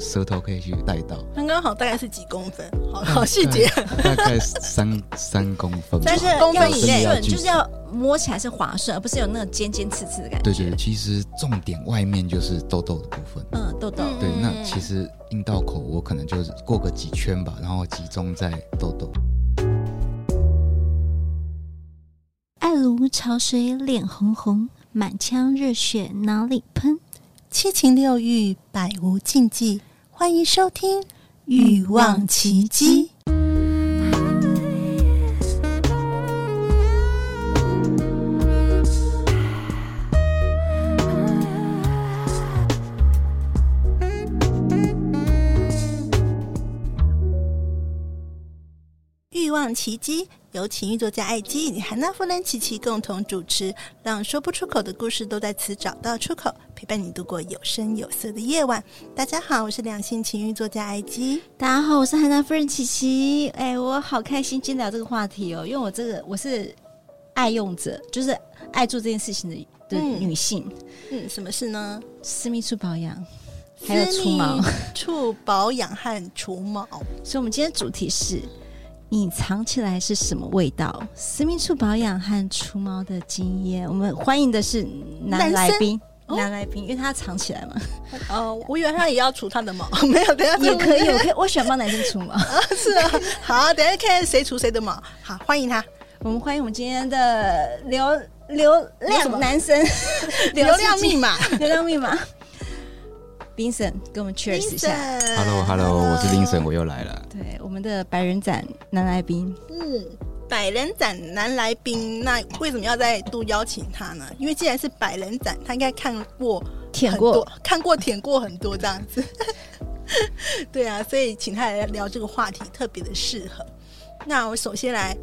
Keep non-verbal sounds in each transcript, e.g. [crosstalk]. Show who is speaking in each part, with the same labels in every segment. Speaker 1: 舌头可以去带到，
Speaker 2: 刚刚好大概是几公分，
Speaker 1: 嗯
Speaker 2: 好好细节。
Speaker 1: 大概三三公分吧，
Speaker 3: 但是
Speaker 2: 公分
Speaker 3: 要
Speaker 2: 以内
Speaker 3: 顺，
Speaker 1: 具
Speaker 3: 就是要摸起来是滑顺，而不是有那种尖尖刺刺的感觉。
Speaker 1: 对对，对其实重点外面就是痘痘的部分。
Speaker 3: 嗯，痘痘。
Speaker 2: 嗯
Speaker 1: 对，那其实阴道口我可能就是过个几圈吧，然后集中在痘痘。
Speaker 3: 爱如潮水，脸红红，满腔热血哪里喷？
Speaker 4: 七情六欲，百无禁忌。欢迎收听《
Speaker 3: 欲望
Speaker 4: 奇
Speaker 3: 迹》。
Speaker 4: 欲望奇迹由情欲作家艾姬以及韩娜夫人琪琪共同主持，让说不出口的故事都在此找到出口，陪伴你度过有声有色的夜晚。大家好，我是两性情欲作家艾姬。
Speaker 3: 大家好，我是韩娜夫人琪琪。哎，我好开心今天聊这个话题哦，因为我这个我是爱用者，就是爱做这件事情的的
Speaker 4: 嗯
Speaker 3: 女性，
Speaker 4: 嗯，什么事呢？
Speaker 3: 私密处保养还有除毛。
Speaker 4: [laughs] 私密处保养和除毛。
Speaker 3: 所以，我们今天主题是：你藏起来是什么味道？私密处保养和除毛的经验。我们欢迎的是男来宾，
Speaker 4: 男生哦
Speaker 3: 男来宾，因为他藏起来嘛，
Speaker 4: 哦，我以为他也要除他的毛， [laughs] 没有，等一下
Speaker 3: 也可以。我可以，我喜欢帮男生除
Speaker 4: [laughs]
Speaker 3: 毛。
Speaker 4: 是啊。好，等一下看谁除谁的毛。好，欢迎他。
Speaker 3: 我们欢迎我们今天的流流量男生，
Speaker 4: 流量密
Speaker 3: 码，
Speaker 4: 码。
Speaker 3: [laughs] 流量密码。林森，跟我们 cheers 一下。
Speaker 1: h e l l o h e l l o 我是林神，我又来了。
Speaker 3: 对，我们的白人展男来宾，
Speaker 4: 嗯，百人展男来宾，那为什么要再度邀请他呢？因为既然是百人展，他应该看过
Speaker 3: 舔
Speaker 4: 很
Speaker 3: 过
Speaker 4: 多，看过舔过很多这样子。 [laughs] 对啊，所以请他来聊这个话题特别的适合。那我首先来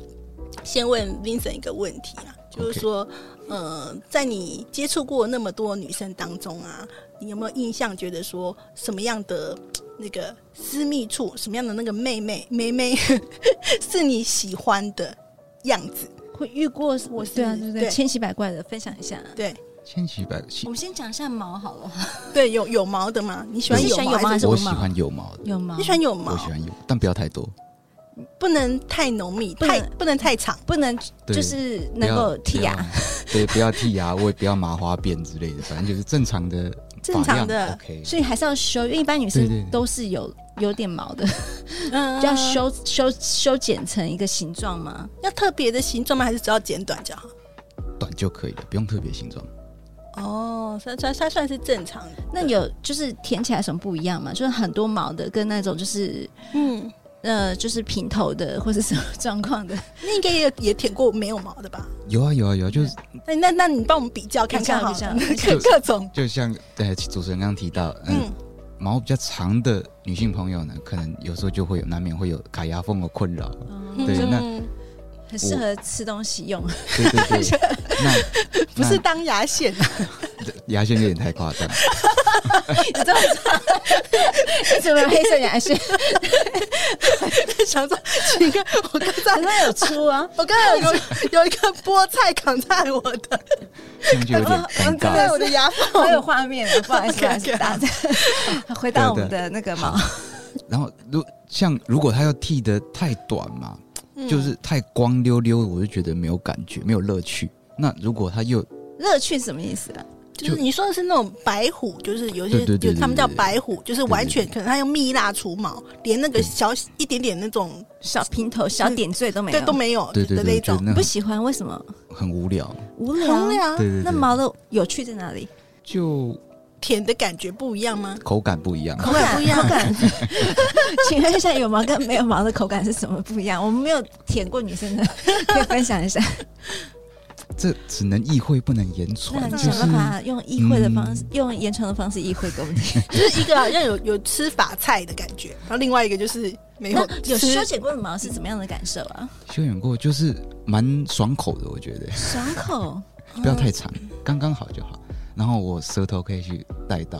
Speaker 4: 先问 Vincent 一个问题啊，就是说呃，在你接触过那么多女生当中啊，你有没有印象觉得说什么样的那个私密处，什么样的那个妹妹妹妹 [laughs] 是你喜欢的样子？
Speaker 3: 会遇过
Speaker 4: 我是
Speaker 3: 对啊，对不对？
Speaker 4: 对
Speaker 3: 千奇百怪的分享一下。
Speaker 4: 对
Speaker 1: 千奇百怪，
Speaker 3: 我们先讲一下毛好了，
Speaker 4: 对，有有毛的吗？你喜
Speaker 3: 你
Speaker 4: 欢
Speaker 3: 是
Speaker 4: 有
Speaker 3: 喜欢
Speaker 4: 毛
Speaker 3: 有毛还
Speaker 4: 还
Speaker 3: 是
Speaker 4: 是
Speaker 3: 无
Speaker 1: 我
Speaker 3: 毛
Speaker 1: 喜欢有毛的，
Speaker 3: 有毛
Speaker 4: 你喜欢有毛
Speaker 1: 我？喜欢有，但不要太多。
Speaker 4: 不能太浓密，
Speaker 3: 不能
Speaker 4: 太不能太长。
Speaker 3: 不能
Speaker 1: 对
Speaker 3: 就是
Speaker 1: 不
Speaker 3: 能
Speaker 1: 要
Speaker 3: 够剃牙，，
Speaker 1: 不要 [laughs] 对，不要剃牙，我也不要麻花辫之类的，反正就是正常的发
Speaker 4: 正
Speaker 1: 量，
Speaker 4: 常的
Speaker 1: OK。
Speaker 3: 所以还是要修，因为一般女
Speaker 1: 对对
Speaker 3: 生
Speaker 1: 对
Speaker 3: 都是有有点毛的，
Speaker 4: 嗯
Speaker 3: 就要修修修剪成一个形状嘛。
Speaker 4: 要特别的形状吗？还是只要剪短就好？
Speaker 1: 短就可以了，不用特别形状。
Speaker 4: 哦，算算算算是正常的。
Speaker 3: 那有就是舔起来有什么不一样嘛？就是很多毛的跟那种就是
Speaker 4: 嗯，
Speaker 3: 呃就是平头的或是什么状况的，
Speaker 4: 你应该也有也舔过没有毛的吧？
Speaker 1: 有啊有啊有啊，就是
Speaker 4: 那那那你帮我们比较看看好
Speaker 3: 比
Speaker 4: 了
Speaker 3: 较，
Speaker 4: [laughs] 各各种。
Speaker 1: 就像呃主持人刚刚提到，嗯
Speaker 4: 嗯，，
Speaker 1: 毛比较长的女性朋友呢，可能有时候就会有难免会有卡牙缝的困扰。对
Speaker 3: 就
Speaker 1: 那
Speaker 4: 嗯
Speaker 3: 很适合吃东西用。
Speaker 1: 对对对，那
Speaker 4: [laughs] 不是当牙线啊，
Speaker 1: 牙线有点太夸张，
Speaker 3: 你知道吗？怎么黑色牙线？
Speaker 4: 想说奇怪，我刚
Speaker 3: 可
Speaker 4: 才
Speaker 3: 是它有出啊，
Speaker 4: [laughs] 我刚才 [laughs] 有个有一个菠菜扛在我的，
Speaker 1: 这样就有点尴
Speaker 4: 扛在
Speaker 1: 尬。
Speaker 4: [laughs] 我的牙
Speaker 3: [laughs] 我有
Speaker 4: 缝。
Speaker 3: 画面了，不好意思，不好意思，大家回到我们的那个毛。
Speaker 1: 然后如像如果他要剃的太短嘛，
Speaker 4: 嗯
Speaker 1: 就是太光溜溜，我就觉得没有感觉，没有乐趣。那如果他又
Speaker 3: 乐趣是什么意思啊？
Speaker 4: 就是你说的是那种白虎，就是有
Speaker 1: 对
Speaker 4: 些
Speaker 1: 对对
Speaker 4: 就
Speaker 1: 对
Speaker 4: 他们叫
Speaker 1: 对
Speaker 4: 白虎，就是完全可能他用蜜蜡除毛，连那个小一点点那种
Speaker 3: 小平头、小点缀都没有，
Speaker 4: 对都没有
Speaker 1: 对对
Speaker 4: 的那
Speaker 1: 对，觉
Speaker 4: 种
Speaker 1: 得，那
Speaker 3: 不
Speaker 1: 很
Speaker 3: 喜欢，为什么？
Speaker 1: 很无聊。
Speaker 3: 无啊
Speaker 4: 很凉，
Speaker 1: 对对对，
Speaker 3: 那毛的有趣在哪里？
Speaker 1: 就
Speaker 4: 舔的感觉不一样吗？
Speaker 1: 口感不一样。
Speaker 3: 口感不一样，口 [laughs] 感。请问一下，有毛跟没有毛的口感是什么不一样？我们没有舔过女生 [laughs] 的，可以分享一下。
Speaker 1: 这只能意会，不能言
Speaker 3: 那
Speaker 1: 传，
Speaker 3: 你
Speaker 1: 就
Speaker 3: 想
Speaker 1: 是
Speaker 3: 办法啊用意会的方式，用言传的方式意会给我们听。
Speaker 4: 就是一个好像有有吃法菜的感觉，然后另外一个就是没
Speaker 3: 那
Speaker 4: 有
Speaker 3: 有
Speaker 4: 吃
Speaker 3: 修剪过的毛是怎么样的感受啊？
Speaker 1: 修剪过，就是蛮爽口的，我觉得
Speaker 3: 爽口，
Speaker 4: 嗯
Speaker 1: 不要太长，刚刚好就好。然后我舌头可以去带到，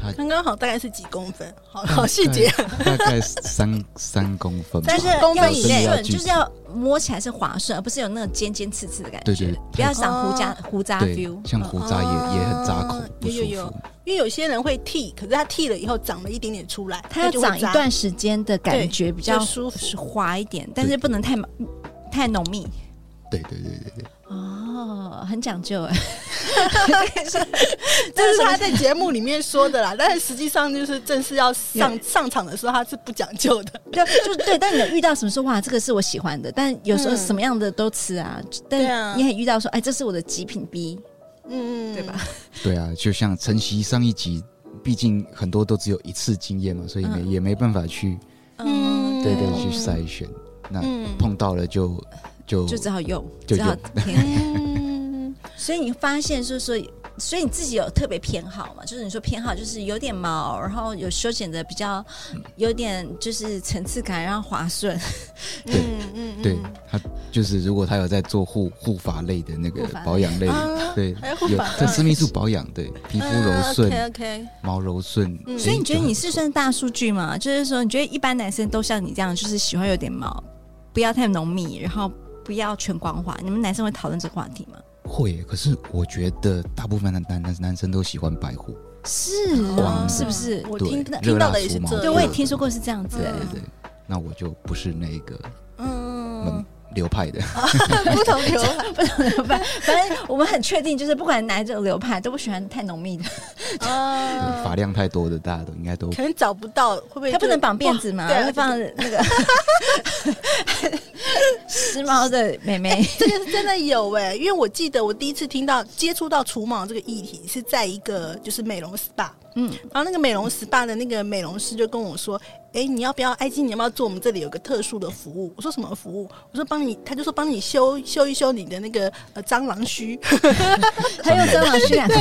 Speaker 1: 它
Speaker 4: 刚刚好大概是几公分，
Speaker 1: 嗯
Speaker 4: 好好细节，
Speaker 1: 大概三三公分吧，
Speaker 3: 但是
Speaker 4: 公
Speaker 3: 要
Speaker 4: 分以内
Speaker 3: 顺，
Speaker 1: 具
Speaker 3: 就是要摸起来是滑顺，而不是有那种尖尖刺刺的感觉。
Speaker 1: 对对哦
Speaker 3: 不要想胡渣胡渣
Speaker 1: 对
Speaker 3: feel，，
Speaker 1: 像
Speaker 3: 嗯
Speaker 1: 胡渣也、
Speaker 4: 哦
Speaker 1: 也很扎口，不舒
Speaker 4: 有有有
Speaker 1: 服。
Speaker 4: 因为有些人会剃，可是他剃了以后长了一点点出来，
Speaker 3: 它要
Speaker 4: 就会
Speaker 3: 长一
Speaker 4: 扎
Speaker 3: 段时间的感觉比较
Speaker 4: 就舒服
Speaker 3: 滑一点，但是
Speaker 1: 对
Speaker 3: 不能太麻太浓密。
Speaker 1: 对对对对对，
Speaker 3: 哦，很讲究哎，
Speaker 4: 这是他在节目里面说的
Speaker 3: [laughs]
Speaker 4: 啦，但是实际上就是正式要上上场的时候，他是不讲究的。
Speaker 3: 就就对。但你有遇到什么说哇，这个是我喜欢的，但有时候
Speaker 4: 嗯
Speaker 3: 什么样的都吃啊。
Speaker 4: 对
Speaker 3: 但
Speaker 4: 啊
Speaker 3: 你也遇到说，哎，这是我的极品 B，
Speaker 4: 嗯，
Speaker 3: 对吧？？
Speaker 1: 对啊，就像晨曦上一集，毕竟很多都只有一次经验嘛，所以没、
Speaker 3: 嗯
Speaker 1: 也没办法去
Speaker 3: 嗯，
Speaker 1: 对对
Speaker 4: 嗯
Speaker 1: 去筛选。那
Speaker 4: 嗯
Speaker 1: 碰到了就就
Speaker 3: 就只好用，
Speaker 1: 就
Speaker 3: 只好
Speaker 1: 用
Speaker 3: 填。
Speaker 4: 嗯，
Speaker 3: 所以你发现就是说，所以你自己有特别偏好嘛？就是你说偏好就是有点毛，然后有修剪的比较有点就是层次感，然后滑顺。
Speaker 1: 对
Speaker 4: 嗯嗯
Speaker 1: 对他就是，如果他有在做护护发类的那个
Speaker 3: 护发类
Speaker 1: 保养类，
Speaker 4: 啊
Speaker 1: 对
Speaker 4: 还有护，嗯
Speaker 1: 有
Speaker 4: 发
Speaker 1: 在私密处保养，对皮肤柔顺，
Speaker 4: OK OK，
Speaker 1: 毛柔顺。
Speaker 4: 啊嗯
Speaker 3: 所以你觉得你是
Speaker 1: 是
Speaker 3: 算大数据吗？就是说，你觉得一般男生都像你这样，就是喜欢有点毛，不要太浓密，然后不要全光滑。你们男生会讨论这个话题吗？
Speaker 1: 会耶？可是我觉得大部分的男男男生都喜欢白护，
Speaker 3: 是
Speaker 1: 光
Speaker 3: 啊是不是？
Speaker 4: 我
Speaker 1: 对
Speaker 4: 听
Speaker 1: 热
Speaker 4: 听
Speaker 1: 辣
Speaker 4: 到的也是
Speaker 1: 除毛
Speaker 4: 这
Speaker 3: 对，
Speaker 1: 热
Speaker 4: 样，
Speaker 3: 我也听说过是这样子、
Speaker 1: 对对对。那我就不是那个
Speaker 4: 嗯，
Speaker 1: 流派的，
Speaker 3: [laughs]
Speaker 4: 不同流派，
Speaker 3: 反反正我们很确定，就是不管哪一种流派，都不喜欢太浓密的。
Speaker 1: 对 [laughs]
Speaker 4: [laughs] 啊，
Speaker 1: 发量太多的，大家都应该都
Speaker 4: 可能找不到，会不会
Speaker 3: 他不
Speaker 4: 就
Speaker 3: 能绑辫子嘛，
Speaker 4: 对啊
Speaker 3: 会放那个时髦的妹妹。
Speaker 4: 这个是真的有哎、 [laughs] 因为我记得我第一次听到接触到除毛这个议题是在一个就是美容 SPA，
Speaker 3: 嗯，
Speaker 4: 然后那个美容 SPA 的那个美容师就跟我说：“哎，你要不要埃及？你要不要做我们这里有个特殊的服务？”我说：“什么服务？”我说：“帮你。”他就说：“帮你修修一修你的那个呃蟑螂须，
Speaker 3: 还有张老师 [laughs] 两个，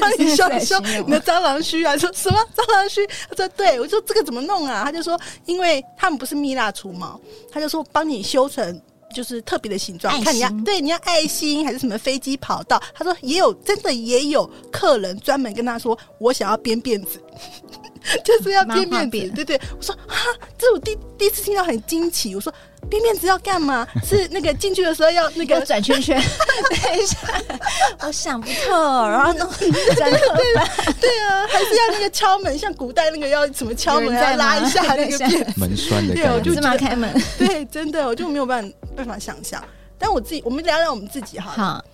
Speaker 4: 帮你修一修
Speaker 3: 这是在形容
Speaker 4: 你
Speaker 3: [laughs]
Speaker 4: 的蟑螂须啊。”说什么蟑螂须？他说：“对。”我说：“这个怎么弄啊？”他就说：“因为他们不是蜜蜡除毛，他就说帮你修成。”就是特别的形状
Speaker 3: 爱，心
Speaker 4: 看你要对你要爱心还是什么飞机跑道？他说也有，真的也有客人专门跟他说，我想要编辫子， [laughs] 就是要编
Speaker 3: 麻花
Speaker 4: 辫
Speaker 3: 辫
Speaker 4: 子。对对，我说啊，这我第第一次听到很惊奇。我说编辫子要干嘛？是那个进去的时候要那
Speaker 3: 给我
Speaker 4: 个
Speaker 3: 转圈
Speaker 4: [laughs]
Speaker 3: 圈。等一下，我想不透，然
Speaker 4: [laughs]
Speaker 3: 后弄转个弯
Speaker 4: 对啊，还是要那个敲门，像古代那个要怎么敲
Speaker 3: 有
Speaker 4: 门
Speaker 3: 人在
Speaker 4: 要拉
Speaker 3: 吗
Speaker 4: 一下那个
Speaker 3: 等一下
Speaker 4: 辫子。
Speaker 1: 门栓的
Speaker 4: 对啊我
Speaker 1: 概
Speaker 4: 就
Speaker 3: 芝
Speaker 1: 念。
Speaker 3: 麻开门。
Speaker 4: [laughs] 对，真的我就没有办办法想象。但我自己，我们聊聊我们自己哈。
Speaker 3: 好，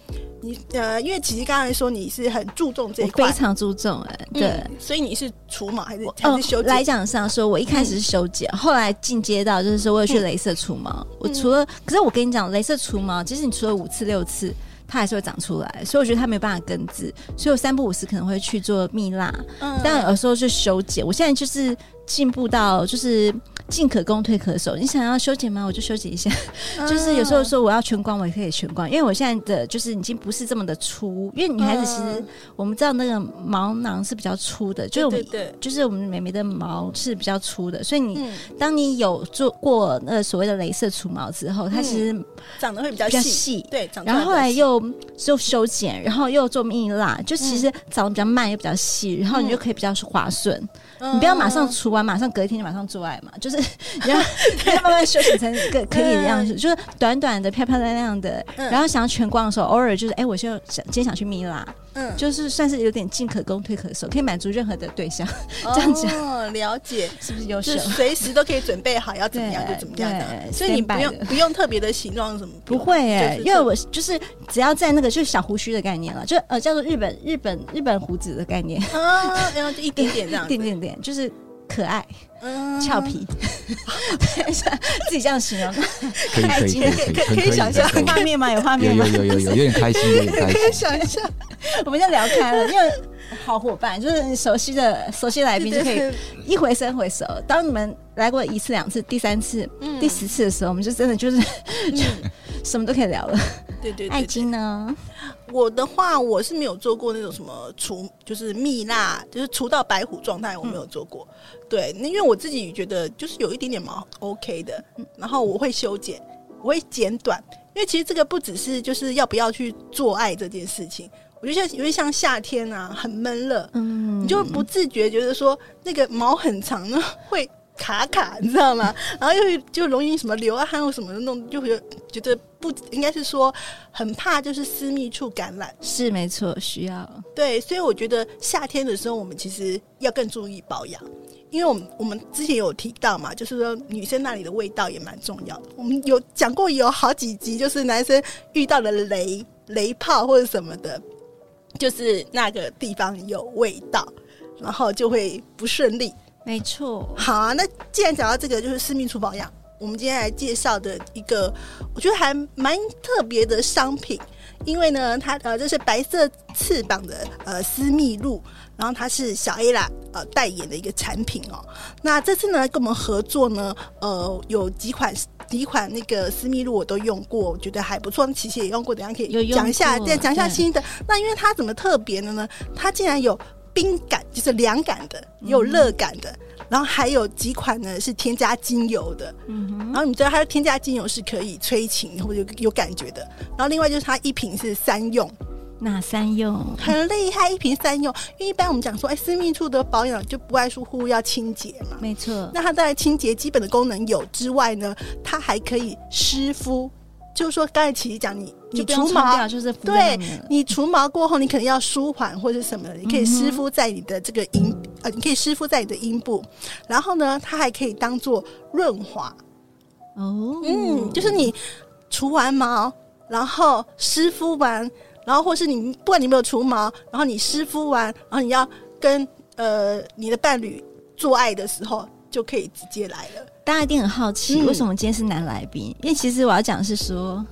Speaker 4: 你呃，因为其实刚才说你是很注重这
Speaker 3: 我
Speaker 4: 一块
Speaker 3: 非，常注重哎，
Speaker 4: 嗯
Speaker 3: 对。，
Speaker 4: 所以你是除毛还是
Speaker 3: 我
Speaker 4: 还是修
Speaker 3: 哦、
Speaker 4: 剪？嗯
Speaker 3: 来讲上说，我一开始是修剪，后来进阶到就是说我有去镭射除毛。我
Speaker 4: 嗯
Speaker 3: 除了，可是我跟你讲，镭射除毛，其实你除了五次六次，它还是会长出来，所以我觉得它没有办法根治，所以我三不五时可能会去做蜜蜡，
Speaker 4: 嗯
Speaker 3: 但有时候就修剪。我现在就是进步到就是。进可攻，退可守。你想要修剪吗？我就修剪一下。
Speaker 4: 嗯
Speaker 3: 就是有时候说我要全光，我也可以全光，因为我现在的就是已经不是这么的粗。因为女孩子其实
Speaker 4: 嗯
Speaker 3: 我们知道那个毛囊是比较粗的，就
Speaker 4: 对
Speaker 3: 是我们
Speaker 4: 对对，
Speaker 3: 就是我们美眉的毛是比较粗的，所以你、
Speaker 4: 嗯，
Speaker 3: 当你有做过那个所谓的镭射除毛之后，它其实
Speaker 4: 长得会比较
Speaker 3: 比较
Speaker 4: 细，
Speaker 3: 细。
Speaker 4: 对，嗯长得
Speaker 3: 然后后来又又修剪，然后又做蜜蜡，就
Speaker 4: 嗯
Speaker 3: 其实长得比较慢，又比较细，然后你就可以比较滑顺。
Speaker 4: 嗯
Speaker 3: 你不要马
Speaker 4: 哦
Speaker 3: 上除完，马上隔一天就马上做爱嘛，就是你要 [laughs] 你要慢慢修剪成一
Speaker 4: [laughs]
Speaker 3: 个可以的样子，就是短短的、漂漂亮亮的。
Speaker 4: 嗯
Speaker 3: 然后想要全光的时候，偶尔就是哎，我就想今天想去蜜蜡，
Speaker 4: 嗯
Speaker 3: 就是算是有点进可攻退可守，可以满足任何的对象， [laughs] 这样讲
Speaker 4: 哦，了
Speaker 3: [laughs]
Speaker 4: 解，
Speaker 3: 是不是优秀
Speaker 4: 就？随时都可以准备好要怎么样
Speaker 3: 对
Speaker 4: 就怎么样的，
Speaker 3: 对
Speaker 4: 所以你
Speaker 3: stand
Speaker 4: 不
Speaker 3: by
Speaker 4: 用
Speaker 3: 的
Speaker 4: 不用特别的形状什么，
Speaker 3: [laughs] 不会哎、
Speaker 4: 就是
Speaker 3: 因为我就是只要在那个就是小胡须的概念了，就呃叫做日本日本日本胡子的概念，
Speaker 4: 啊，然后
Speaker 3: [laughs]
Speaker 4: 就一点点这样，
Speaker 3: 点，点点就是可爱
Speaker 4: 嗯
Speaker 3: 俏，皮， [laughs] 等一下自己这样形容，
Speaker 1: 可以可以可以
Speaker 4: 可以
Speaker 1: 很
Speaker 4: 可以想象
Speaker 1: 可以
Speaker 3: 有画面吗？有画
Speaker 1: 有
Speaker 3: 面吗
Speaker 1: 有？有有有有点开心，有点开
Speaker 4: 可
Speaker 3: [laughs]
Speaker 4: 以
Speaker 1: 心。
Speaker 4: 想一下，
Speaker 3: 我们就聊开了，因为好伙伴就是你熟悉的熟悉来宾就可以
Speaker 4: 对
Speaker 3: 一回生回熟。当你们来过一次两次，第三次、
Speaker 4: 嗯
Speaker 3: 第十次的时候，我们就真的就是 [laughs] 什么都可以聊了。
Speaker 4: 对对，
Speaker 3: 爱
Speaker 4: 对
Speaker 3: 金呢？
Speaker 4: 我的话，我是没有做过那种什么除，就是蜜蜡，就是除到白虎状态，我没有做过。对，那因为我自己觉得就是有一点点毛 OK 的，
Speaker 3: 嗯
Speaker 4: 然后我会修剪，我会剪短，因为其实这个不只是就是要不要去做爱这件事情，我我觉得像，因为像夏天啊，很闷热，
Speaker 3: 嗯，
Speaker 4: 你就会不自觉觉得说那个毛很长呢， [laughs] 会卡卡，你知道吗？然后又就容易什么流汗或什么的弄，就会觉得不应该是说很怕就是私密处感染。
Speaker 3: 是没错，需要
Speaker 4: 对，所以我觉得夏天的时候，我们其实要更注意保养，因为我们我们之前有提到嘛，就是说女生那里的味道也蛮重要的。我们有讲过有好几集，就是男生遇到了雷雷炮或者什么的，就是那个地方有味道，然后就会不顺利。
Speaker 3: 没错，
Speaker 4: 好啊，那既然讲到这个，就是私密处保养，我们今天来介绍的一个，我觉得还蛮特别的商品，因为呢，它呃，这是白色翅膀的呃私密露，然后它是小 A 啦呃代言的一个产品哦。那这次呢，跟我们合作呢，呃，有几款。几款那个私密露我都用过，我觉得还不错。琪琪也用过，等一下可
Speaker 3: 有
Speaker 4: 以
Speaker 3: 用
Speaker 4: 讲一下，
Speaker 3: 过
Speaker 4: 再讲一下
Speaker 3: 对
Speaker 4: 新的。那因为它怎么特别的呢？它竟然有冰感，就是凉感的，
Speaker 3: 嗯
Speaker 4: 也有热感的，然后还有几款呢是添加精油的。
Speaker 3: 嗯哼，
Speaker 4: 然后你知道它的添加精油是可以催情或者有有感觉的。然后另外就是它一瓶是三用，
Speaker 3: 哪三用？
Speaker 4: 很厉害，一瓶三用。因为一般我们讲说，哎，私密处的保养就不外乎要清洁嘛。
Speaker 3: 没错，
Speaker 4: 那它在清洁基本的功能有之外呢，它还可以湿敷，就是说刚才琪琪讲你你
Speaker 3: 就不用
Speaker 4: 除
Speaker 3: 冲
Speaker 4: 毛
Speaker 3: 掉，就是敷
Speaker 4: 对
Speaker 3: 在上面了
Speaker 4: 你除毛过后，你可能要舒缓或者什么的，你可
Speaker 3: 嗯
Speaker 4: 以湿敷在你的这个阴、呃，你可以湿敷在你的阴部，然后呢，它还可以当做润滑，
Speaker 3: 哦，
Speaker 4: 嗯，就是你除完毛，然后湿敷完，然后或是你不管你有没有除毛，然后你湿敷完，然后你要跟呃你的伴侣做爱的时候，就可以直接来了。
Speaker 3: 大家一定很好奇，
Speaker 4: 嗯
Speaker 3: 为什么今天是男来宾？因为其实我要讲的是说，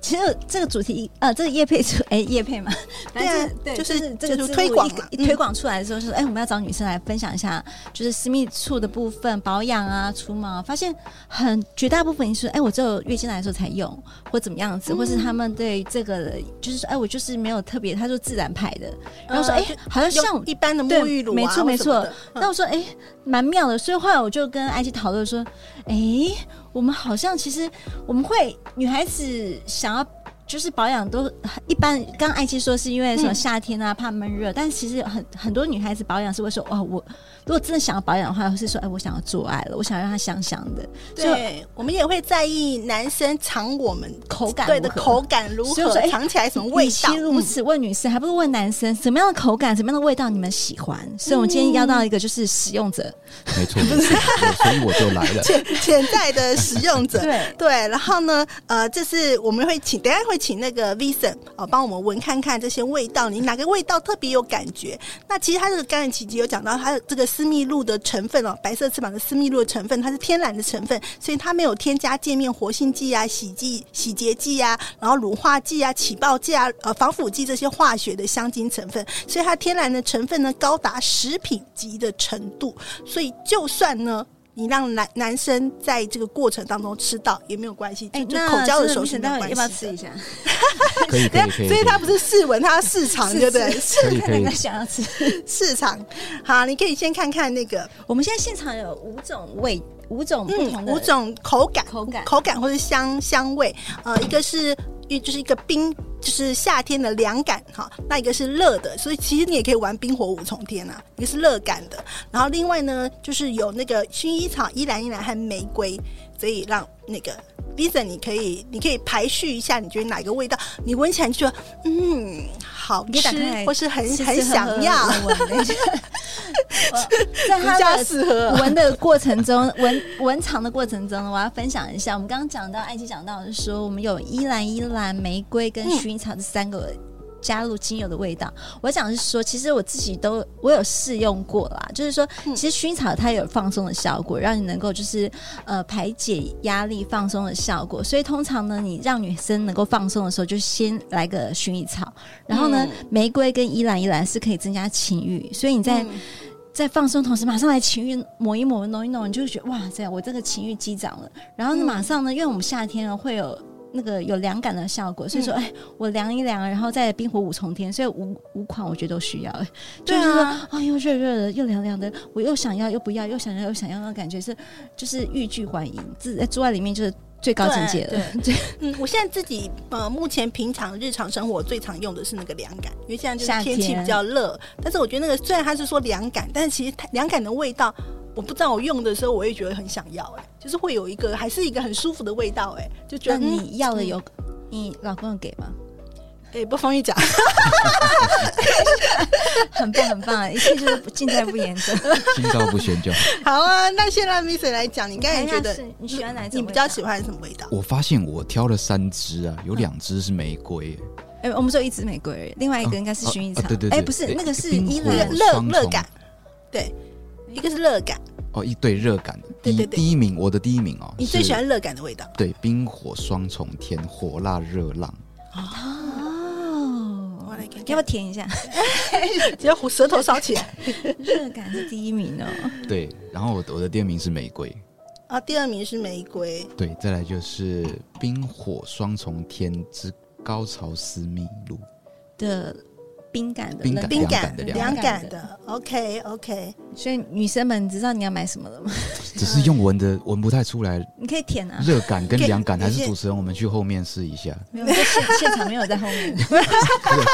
Speaker 3: 其实这个主题一呃，这个叶配出 [laughs] 哎叶配嘛，
Speaker 4: 对啊
Speaker 3: 反正
Speaker 4: 就
Speaker 3: 这
Speaker 4: 是
Speaker 3: 个这个
Speaker 4: 就是
Speaker 3: 制度
Speaker 4: 推广
Speaker 3: 一
Speaker 4: 嘛
Speaker 3: 一
Speaker 4: 嗯
Speaker 3: 推广出来的时候，就是哎我们要找女生来分享一下，就是私密处的部分保养啊、除毛，发现很绝大部分你说哎我只有月经来的时候才用，或怎么样
Speaker 4: 嗯
Speaker 3: 子，或是他们对这个就是说哎我就是没有特别，他说自然牌的，然后说哎
Speaker 4: 呃
Speaker 3: 好像
Speaker 4: 就
Speaker 3: 像
Speaker 4: 用一般的
Speaker 3: 对
Speaker 4: 沐浴乳啊，
Speaker 3: 没错没错
Speaker 4: 或什么的。嗯
Speaker 3: 那我说，哎、蛮妙的。所以后来我就跟埃及讨论说，哎、我们好像其实我们会女孩子想要就是保养都一般。刚刚埃及说是因为什么
Speaker 4: 嗯
Speaker 3: 夏天啊、怕闷热，但其实很很多女孩子保养是会说，哦，我如果真的想要保养的话，是说，哎、我想要做爱了，我想让它香香的，所以
Speaker 4: 对，我们也会在意男生尝我们
Speaker 3: 口感
Speaker 4: 对的
Speaker 3: 如何
Speaker 4: 口感如
Speaker 3: 所以我
Speaker 4: 何
Speaker 3: 说哎，
Speaker 4: 尝起来什么味
Speaker 3: 与
Speaker 4: 道
Speaker 3: 其。如
Speaker 4: 嗯
Speaker 3: 此，问女生还不如问男生，什么样的口感、什么样的味道你们喜欢？所以，我们今天邀到一个就是使用者，
Speaker 1: 没错，没错，我所以我就来了。
Speaker 4: [laughs] 潜潜在的使用者，
Speaker 3: 对
Speaker 4: 对，然后呢，呃，这是我们会请，等一下会请那个 Vincent 哦，帮我们闻看看这些味道，你哪个味道特别有感觉？那其实它这个橄榄奇迹有讲到它的这个私密露的成分哦，白色翅膀的私密露的成分，它是天然的成分，所以它没有添加界面活性剂啊、洗剂、洗洁剂啊，然后乳化剂啊、起爆剂啊、呃防腐剂这些化学的香精成分，所以它天然的成分呢高达食品级的程度，所以就算呢。你让男男生在这个过程当中吃到也没有关系，
Speaker 3: 哎
Speaker 4: 就就口交的时候是没有
Speaker 3: 待
Speaker 4: 关
Speaker 3: 会
Speaker 4: 系
Speaker 3: 要不要吃一
Speaker 4: 的。
Speaker 3: 下？
Speaker 1: 可以，可
Speaker 4: 对
Speaker 1: 以，
Speaker 4: 啊，
Speaker 1: 可以。
Speaker 4: 所以
Speaker 1: 可
Speaker 4: 他不是试闻，他要试尝，啊对不对？
Speaker 3: [laughs] 是
Speaker 1: 可以
Speaker 3: 看哪
Speaker 1: 可
Speaker 3: 个
Speaker 1: 以
Speaker 3: 想要吃。
Speaker 4: 试尝。好，你可以先看看那个
Speaker 3: 我们现在现场有五种味，五种不同
Speaker 4: 嗯，
Speaker 3: 的、
Speaker 4: 五种口感，
Speaker 3: 口感
Speaker 4: 口感或是香香味，呃，一个是一就是一个冰，就是夏天的凉感哈，那一个是热的，所以其实你也可以玩冰火五重天啊，一个是热感的，然后另外呢就是有那个薰衣草、依兰依兰和玫瑰，所以让那个 Vincent 你可以你可以排序一下，你觉得哪个味道你闻起来你就觉得嗯好
Speaker 3: 你可以打开
Speaker 4: 吃，
Speaker 3: 来
Speaker 4: 或是很
Speaker 3: 吃吃
Speaker 4: 很
Speaker 3: 喝
Speaker 4: 想
Speaker 3: 喝
Speaker 4: 要，
Speaker 3: 闻闻闻
Speaker 4: [laughs]
Speaker 3: 一下 [laughs] 我在
Speaker 4: 比较
Speaker 3: 它的
Speaker 4: 适合。
Speaker 3: 闻的过程中， [laughs] 闻闻尝的过程中呢，我要分享一下，我们刚刚讲到，艾奇讲到的是说，我们有依兰依兰、玫瑰跟
Speaker 4: 嗯
Speaker 3: 薰衣草这三个。加入精油的味道，我讲的是说，其实我自己都我有试用过啦，就是说，
Speaker 4: 嗯
Speaker 3: 其实薰衣草它有放松的效果，让你能够就是呃排解压力、放松的效果。所以通常呢，你让女生能够放松的时候，就先来个薰衣草，然后呢，
Speaker 4: 嗯
Speaker 3: 玫瑰跟依兰依兰是可以增加情欲，所以你在、
Speaker 4: 嗯
Speaker 3: 在放松同时，马上来情欲抹一抹、弄一弄，你就会觉得哇塞，我这个情欲激涨了。然后呢，
Speaker 4: 嗯
Speaker 3: 马上呢，因为我们夏天呢会有那个有凉感的效果，所
Speaker 4: 嗯
Speaker 3: 以说，哎，我凉一凉，然后再冰火五重天，所以五五款我觉得都需要。哎就
Speaker 4: 对
Speaker 3: 是
Speaker 4: 啊
Speaker 3: 说，啊、又热热的，又凉凉的，我又想要又不要，又想要又想要，那种感觉是就是欲拒还迎，自在坐在里面就是最高境界了。 [laughs] 对，
Speaker 4: 嗯，我现在自己呃，目前平常日常生活最常用的是那个凉感，因为现在就是天气比较热。但是我觉得那个虽然它是说凉感，但是其实它凉感的味道，我不知道我用的时候，我也觉得很想要、欸，哎，就是会有一个还是一个很舒服的味道、欸，哎，就觉得
Speaker 3: 你要了有，嗯、你老公有给吗？
Speaker 4: 哎、欸，不方便讲， [laughs]
Speaker 3: 很棒很棒，一切就是尽在不言
Speaker 4: [laughs]
Speaker 3: 中，
Speaker 1: 心照不宣就好。
Speaker 4: 好啊，那先让 Miss 来讲，你刚才
Speaker 3: [laughs]
Speaker 4: 觉得
Speaker 3: 哎你喜欢哪种？
Speaker 4: 你比较喜欢什么味道？
Speaker 1: 我发现我挑了三支啊，有两支是玫瑰。
Speaker 3: 哎、嗯欸，我们只有一支玫瑰而已，另外一个应该是薰衣草。
Speaker 1: 啊啊、对对对，哎、
Speaker 3: 欸，不是那个是依
Speaker 4: 乐热热感，对，一个是热感。
Speaker 1: 哦，一对热感，
Speaker 4: 对对对，
Speaker 1: 第一名，我的第一名哦。
Speaker 4: 你最喜欢热感的味道？
Speaker 1: 对，冰火双重天，火辣热浪。啊。
Speaker 3: 哦要不要舔一下？
Speaker 4: 只 [laughs] 要舌头烧起来。
Speaker 3: [laughs] 热感是第一名哦。
Speaker 1: 对，然后我我的第二名是玫瑰。
Speaker 4: 啊，第二名是玫瑰。
Speaker 1: 对，再来就是冰火双重天之高潮私密露
Speaker 3: 的冰感的
Speaker 1: 冰感
Speaker 4: 冰
Speaker 1: 感
Speaker 4: 的
Speaker 1: 凉
Speaker 4: 感的。OK OK，
Speaker 3: 所以女生们，你知道你要买什么了吗？
Speaker 1: 只是用闻的闻不太出来。
Speaker 3: 你可以舔
Speaker 4: 嗯
Speaker 3: 啊。
Speaker 1: 热感跟凉感，还是主持人我们去后面试一下。 [laughs]
Speaker 3: [laughs] 没有现现场没有在后面。
Speaker 1: 只有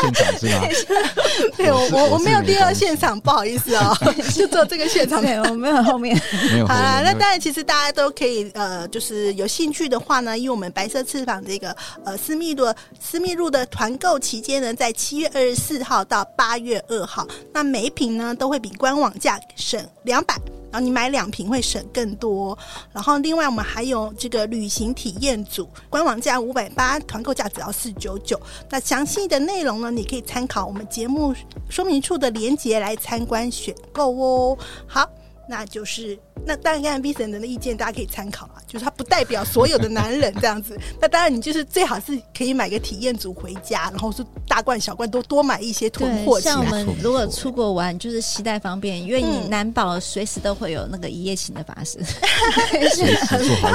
Speaker 1: 现场是吗？
Speaker 4: 对我我 [laughs] 我没有第二现场， [laughs] 不好意思哦，就做这个现场，
Speaker 3: [laughs] 对我没有
Speaker 1: [laughs]
Speaker 3: 后面。
Speaker 1: 没有。
Speaker 4: 好啦，那
Speaker 1: 当
Speaker 4: 然，其实大家都可以呃，就是有兴趣的话呢，因为我们白色翅膀这个呃私密路私密路的团购期间呢，在七月二十四号到八月二号，那每一瓶呢都会比官网价省两百。然后你买两瓶会省更多、哦，然后另外我们还有这个旅行体验组，官网价五百八，团购价只要四九九。那详细的内容呢，你可以参考我们节目说明处的链接来参观选购哦。好，那就是那当然，刚才 Vincent 的意见大家可以参考啊，就是它不代表所有的男人这样子。那当然，你就是最好是可以买个体验组回家，然后是大罐小罐多多买一些囤货起
Speaker 3: 来。像我们如果出国玩，就是携带方便，因为你难保随时都会有那个一夜情的发生， [laughs]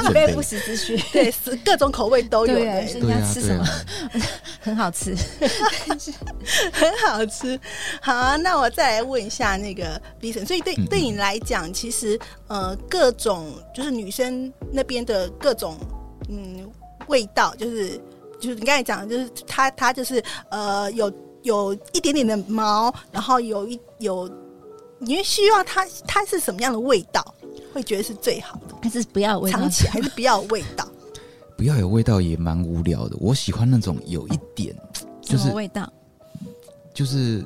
Speaker 1: 准
Speaker 3: 备不时之需。
Speaker 4: 对，各种口味都有。
Speaker 3: 对，你要
Speaker 1: 啊
Speaker 3: 吃什么？很好吃，
Speaker 4: 很好吃。好、啊，那我再来问一下那个 B 神，所以对
Speaker 1: 嗯
Speaker 4: 对你来讲，其实呃，各种就是女生那边的各种嗯味道，就是。就是你刚才讲，就是它它就是呃有有一点点的毛，然后有一有，你会需要它它是什么样的味道，会觉得是最好的？
Speaker 3: 还是不要味道？
Speaker 4: 藏起来还是不要味
Speaker 3: [laughs]
Speaker 4: 道？
Speaker 1: 不要有味道也蛮无聊的。我喜欢那种有一点就是
Speaker 3: 味道，
Speaker 1: 就是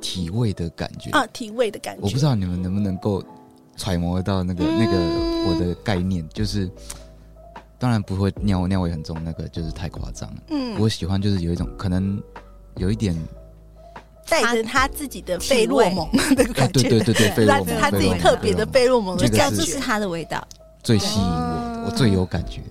Speaker 1: 体味的感觉
Speaker 4: 啊，体味的感觉。
Speaker 1: 我不知道你们能不能够揣摩到那个、嗯、那个我的概念，就是。当然不会尿尿味很重，那个就是太夸张了。嗯，我喜欢就是有一种可能有一点
Speaker 4: 带着他自己的费洛蒙的感觉，
Speaker 1: 哎对对对
Speaker 4: [laughs]
Speaker 1: 对，费洛蒙
Speaker 4: 他自己特别的费洛蒙，
Speaker 1: 这
Speaker 3: 叫这是他的味道，
Speaker 1: 最吸引我的，我
Speaker 4: 嗯
Speaker 1: 最有感觉。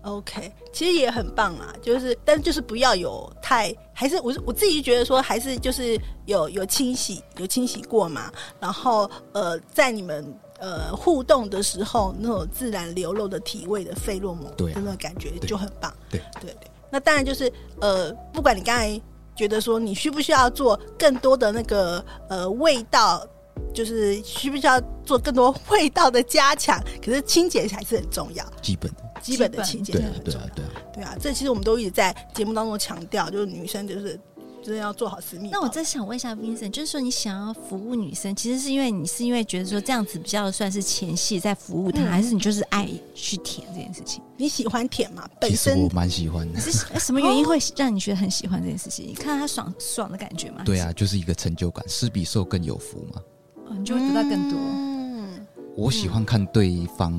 Speaker 4: OK，其实也很棒啊，就是但就是不要有太，还是我我自己觉得说还是就是有有清洗有清洗过嘛，然后呃，在你们。呃，互动的时候那种自然流露的体味的费洛蒙，
Speaker 1: 对、啊，
Speaker 4: 那种感觉就很棒。
Speaker 1: 对
Speaker 4: 对对，那当然就是呃，不管你刚才觉得说你需不需要做更多的那个呃味道，就是需不需要做更多味道的加强，可是清洁还是很重要，
Speaker 1: 基本的
Speaker 4: 基本的清洁
Speaker 1: 对啊
Speaker 4: 很
Speaker 1: 对
Speaker 4: 重
Speaker 1: 啊
Speaker 4: 要。
Speaker 1: 对啊，
Speaker 4: 对啊，这其实我们都一直在节目当中强调，就是女生就是。真的要做好私密。
Speaker 3: 那我再想问一下 Vincent，就是说你想要服务女生，其实是因为你是因为觉得说这样子比较算是前戏在服务她，嗯、还是你就是爱去舔这件事情？
Speaker 4: 你喜欢舔吗？本身
Speaker 1: 我蛮喜欢的。
Speaker 3: 是什么
Speaker 4: 哦
Speaker 3: 原因会让你觉得很喜欢这件事情？你看他爽爽的感觉吗？
Speaker 1: 对啊，就是一个成就感，施比受更有福嘛。
Speaker 3: 哦，你就会得到更多。
Speaker 4: 嗯，
Speaker 1: 我喜欢看对方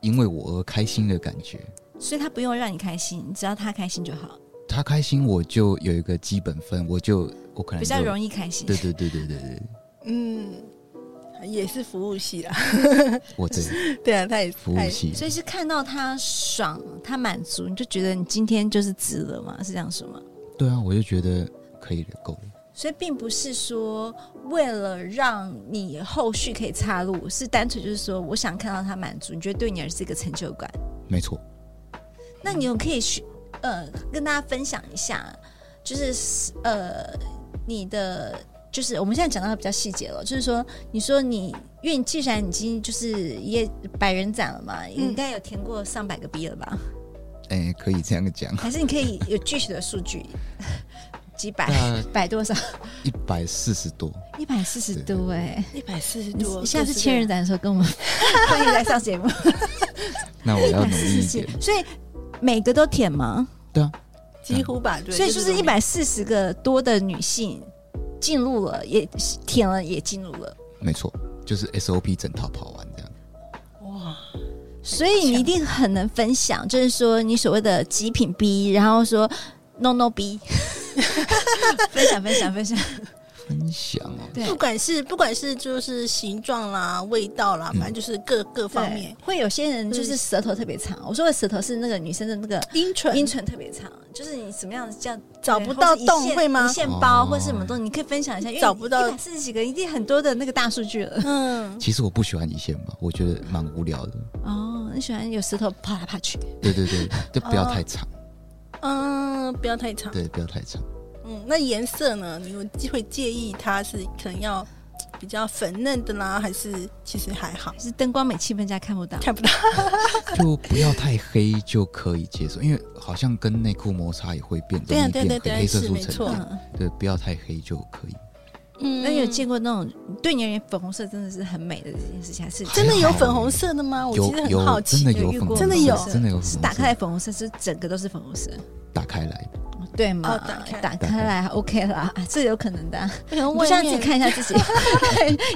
Speaker 1: 因为我而开心的感觉，
Speaker 3: 所以他不用让你开心，只要他开心就好。
Speaker 1: 他开心，我就有一个基本分，我嗯就我可能
Speaker 3: 比较容易开心。
Speaker 1: 对对对对对对，
Speaker 4: 嗯，也是服务系啦。
Speaker 1: 我真
Speaker 3: [laughs]
Speaker 4: 对啊，他也
Speaker 1: 服务系，
Speaker 3: 哎所以是看到他爽，他满足，你就觉得你今天就是值了嘛？是这样说吗？
Speaker 1: 对啊，我就觉得可以了，够了。
Speaker 3: 所以并不是说为了让你后续可以插入，是单纯就是说我想看到他满足，你觉得对你而是一个成就感。
Speaker 1: 没错。
Speaker 3: 那你有可以学。呃，跟大家分享一下，就是呃，你的就是我们现在讲到比较细节了，就是说，你说你，因为你既然已经就是也百人斩了嘛，你应该有填过上百个 B 了吧？
Speaker 1: 哎、可以这样
Speaker 3: [laughs]
Speaker 1: 讲，
Speaker 3: 还是你可以有具体的数据，几百
Speaker 1: 那
Speaker 3: 百多少？
Speaker 1: 一百四十多，
Speaker 3: 一百四十
Speaker 1: 对
Speaker 3: 多哎、
Speaker 4: 一百四十
Speaker 3: 你
Speaker 4: 多，
Speaker 3: 下次
Speaker 4: 就是
Speaker 3: 千人展的时候
Speaker 4: [laughs]
Speaker 3: 跟我们欢迎来上节目，
Speaker 1: 那我要努
Speaker 3: 四
Speaker 1: 力
Speaker 3: [laughs] 十
Speaker 1: 一点。
Speaker 3: 所以每个都填吗？
Speaker 1: 对啊，
Speaker 4: 几乎吧，对，
Speaker 3: 所以就是
Speaker 4: 这
Speaker 3: 一
Speaker 4: 种
Speaker 3: 百四十个多的女性进入了，也填了，也进入了。
Speaker 1: 没错，就是 SOP 整套跑完这样。
Speaker 4: 哇，
Speaker 3: 所以你一定很能分享，就是说你所谓的极品 B，然后说 no
Speaker 4: [laughs]
Speaker 3: no B，分享分享分享，
Speaker 1: 分享哦，
Speaker 3: 对
Speaker 4: 不管是不管是就是形状啦、味道啦，
Speaker 1: 嗯
Speaker 4: 反正就是各各方面
Speaker 3: 对。，会有些人就是舌头特别长。我说的舌头是那个女生的那个
Speaker 4: 阴唇，
Speaker 3: 音唇特别长，就是你什么样叫
Speaker 4: 找不到洞会吗
Speaker 3: 一线包
Speaker 1: 哦
Speaker 3: 或是什么东西，你可以分享一下，因为
Speaker 4: 找不到
Speaker 3: 一百四十几个，一定很多的那个大数据了。
Speaker 4: 嗯，
Speaker 1: 其实我不喜欢一线吧，我觉得蛮无聊的。
Speaker 3: 哦，你喜欢有舌头爬来爬去，
Speaker 1: 对对对，就不要太
Speaker 3: 哦
Speaker 1: 长，
Speaker 4: 嗯，不要太长。
Speaker 1: 对，不要太长。
Speaker 4: 嗯，那颜色呢？你有会介意它是可能要比较粉嫩的啦，还是其实还好，
Speaker 3: 就是灯光美气氛加看不到。
Speaker 4: 看不到。
Speaker 1: [laughs] 就不要太黑就可以接受，因为好像跟内裤摩擦也会变，
Speaker 4: 对啊
Speaker 1: 容易变
Speaker 4: 对对对
Speaker 1: 黑黑色素
Speaker 4: 是没错
Speaker 1: 沉淀。
Speaker 3: 嗯，
Speaker 1: 对，不要太黑就可以。
Speaker 4: 嗯 [laughs]
Speaker 3: 那你有见过那种对你而言粉红色真的是很美的这件事情，还是
Speaker 4: 真的有
Speaker 1: 还好
Speaker 4: 粉红色的吗？我哦其
Speaker 1: 有
Speaker 4: 实很好
Speaker 1: 有真
Speaker 4: 奇。
Speaker 1: 的
Speaker 3: 有
Speaker 1: 有
Speaker 3: 遇
Speaker 1: 粉红
Speaker 3: 过
Speaker 1: 色，
Speaker 4: 真的有
Speaker 1: 真的有粉红
Speaker 3: 是
Speaker 1: 色
Speaker 3: 打开来粉红色，是整个都是粉红色，
Speaker 1: 打开来，
Speaker 3: 对吗？
Speaker 4: 哦打开
Speaker 3: 打开来 OK 啦，啊这有可能的啊。
Speaker 4: 可能
Speaker 3: 我
Speaker 4: 外
Speaker 3: 现在自己
Speaker 4: 面
Speaker 3: 看一下 [laughs] 自己，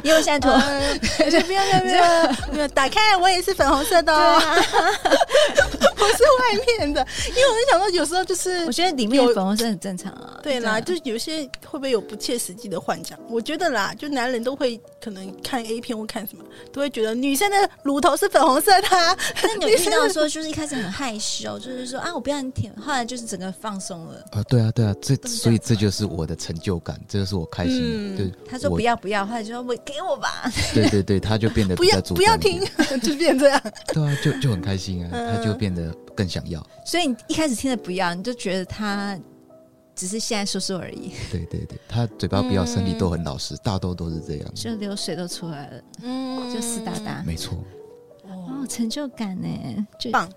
Speaker 3: 因为我现在头 [laughs]
Speaker 4: 呃不要不要不要不要！打开来，我也是粉红色的、哦，
Speaker 3: 啊
Speaker 4: [laughs] 我是外面的。因为我就想说，有时候就是
Speaker 3: 我觉得里面的
Speaker 4: 有
Speaker 3: 粉红色很正常啊。
Speaker 4: 对啦，
Speaker 3: 真的
Speaker 4: 就有些会不会有不切实际的幻想？我觉得啦，就男人都会可能看 A 片或看什么，都会觉得女生的乳头是粉红色的、啊，
Speaker 3: 那 [laughs] 你有遇到说，就是一开始很害羞，就是说啊，我不要你舔，后来就是整个放松了。
Speaker 1: 啊，对啊，对啊，这
Speaker 3: 这样
Speaker 1: 所以这就是我的成就感，这就是我开心。
Speaker 4: 嗯
Speaker 1: 对，
Speaker 3: 他说
Speaker 1: 我
Speaker 3: 不，要不要，后来就说我给我吧。
Speaker 1: 对对对，他就变得
Speaker 4: [laughs] 不
Speaker 1: 比较
Speaker 4: 要
Speaker 1: 主
Speaker 4: 不要
Speaker 1: 动一
Speaker 4: 听 [laughs]
Speaker 1: 点，
Speaker 4: 就变这样。
Speaker 1: 对啊，就就很开心啊，
Speaker 4: 嗯
Speaker 1: 他就变得更想要。
Speaker 3: 所以你一开始听的不要，你就觉得他只是现在说说而已，
Speaker 1: 对对对，他嘴巴不要，身体
Speaker 4: 嗯
Speaker 1: 都很老实，大多都是这样。
Speaker 3: 就流水都出来了，
Speaker 4: 嗯
Speaker 3: 就湿哒哒。
Speaker 1: 没错，
Speaker 3: 哦，成就感呢，就
Speaker 4: 棒，